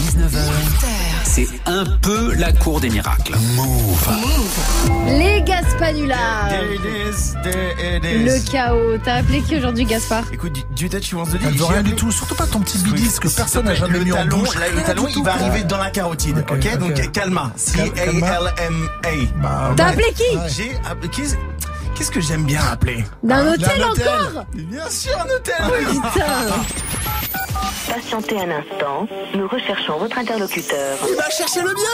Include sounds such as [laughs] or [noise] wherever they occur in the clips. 19h, c'est un peu la cour des miracles. Les Gaspanulas Le chaos. T'as appelé qui aujourd'hui, Gaspard Écoute, du, du touch you want the Elle veut rien du tout, surtout pas ton petit bidis que personne n'a jamais le mis en talon, bouche. là, le Rien talon, du il tout, va quoi. arriver dans la carotide. Ok, Ok, ok. donc calma. Cal- calma. C-A-L-M-A. Bah, T'as ouais. appelé qui Ouais. J'ai app- qu'est-ce- Qu'est-ce que j'aime bien appeler D'un hôtel D'un hôtel. encore Bien sûr, un hôtel oui. Putain Patientez un instant, nous recherchons votre interlocuteur. Il va chercher le bien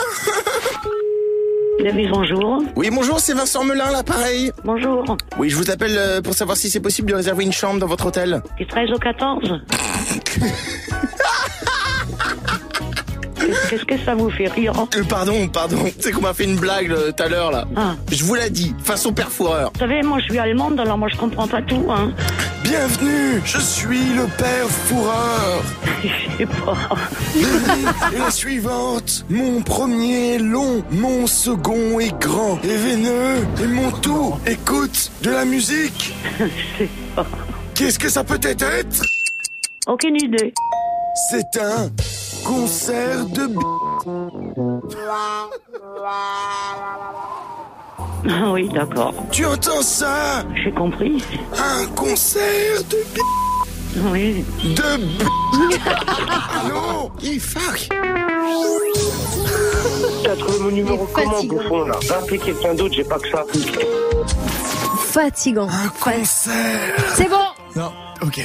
Oui, bonjour. Oui, bonjour, c'est Vincent Melin, l'appareil. Bonjour. Oui, je vous appelle euh, pour savoir si c'est possible de réserver une chambre dans votre hôtel. Du 13 au 14 Qu'est-ce- Qu'est-ce que ça vous fait rire Euh, pardon, pardon, [laughs] c'est qu'on m'a fait une blague euh, tout à l'heure, là. Ah. Je vous l'ai dit, façon père fourreur. Vous savez, moi je suis allemande, alors moi je comprends pas tout. Hein. [laughs] Bienvenue, je suis le père fourreur. Je sais pas. Et [laughs] la suivante, mon premier est long, mon second est grand et veineux, et mon tout écoute de la musique. Je sais pas. Qu'est-ce que ça peut être Aucune idée. C'est un concert de b... Ah oui, d'accord. Tu entends ça J'ai compris. Un concert de b... Oui. De b... [laughs] Allô Il fuck T'as trouvé mon Il numéro est comment, fatigant. bouffon, là Va appeler quelqu'un d'autre, j'ai pas que ça. Fatigant. Un concert C'est bon Non, ok.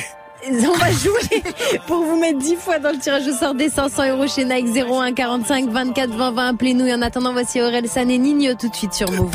on va jouer pour vous mettre 10 fois dans le tirage au sort des 500 euros chez Nike 01 45 24 20 20. Appelez-nous et en attendant, voici Aurel San et Nino tout de suite sur Move.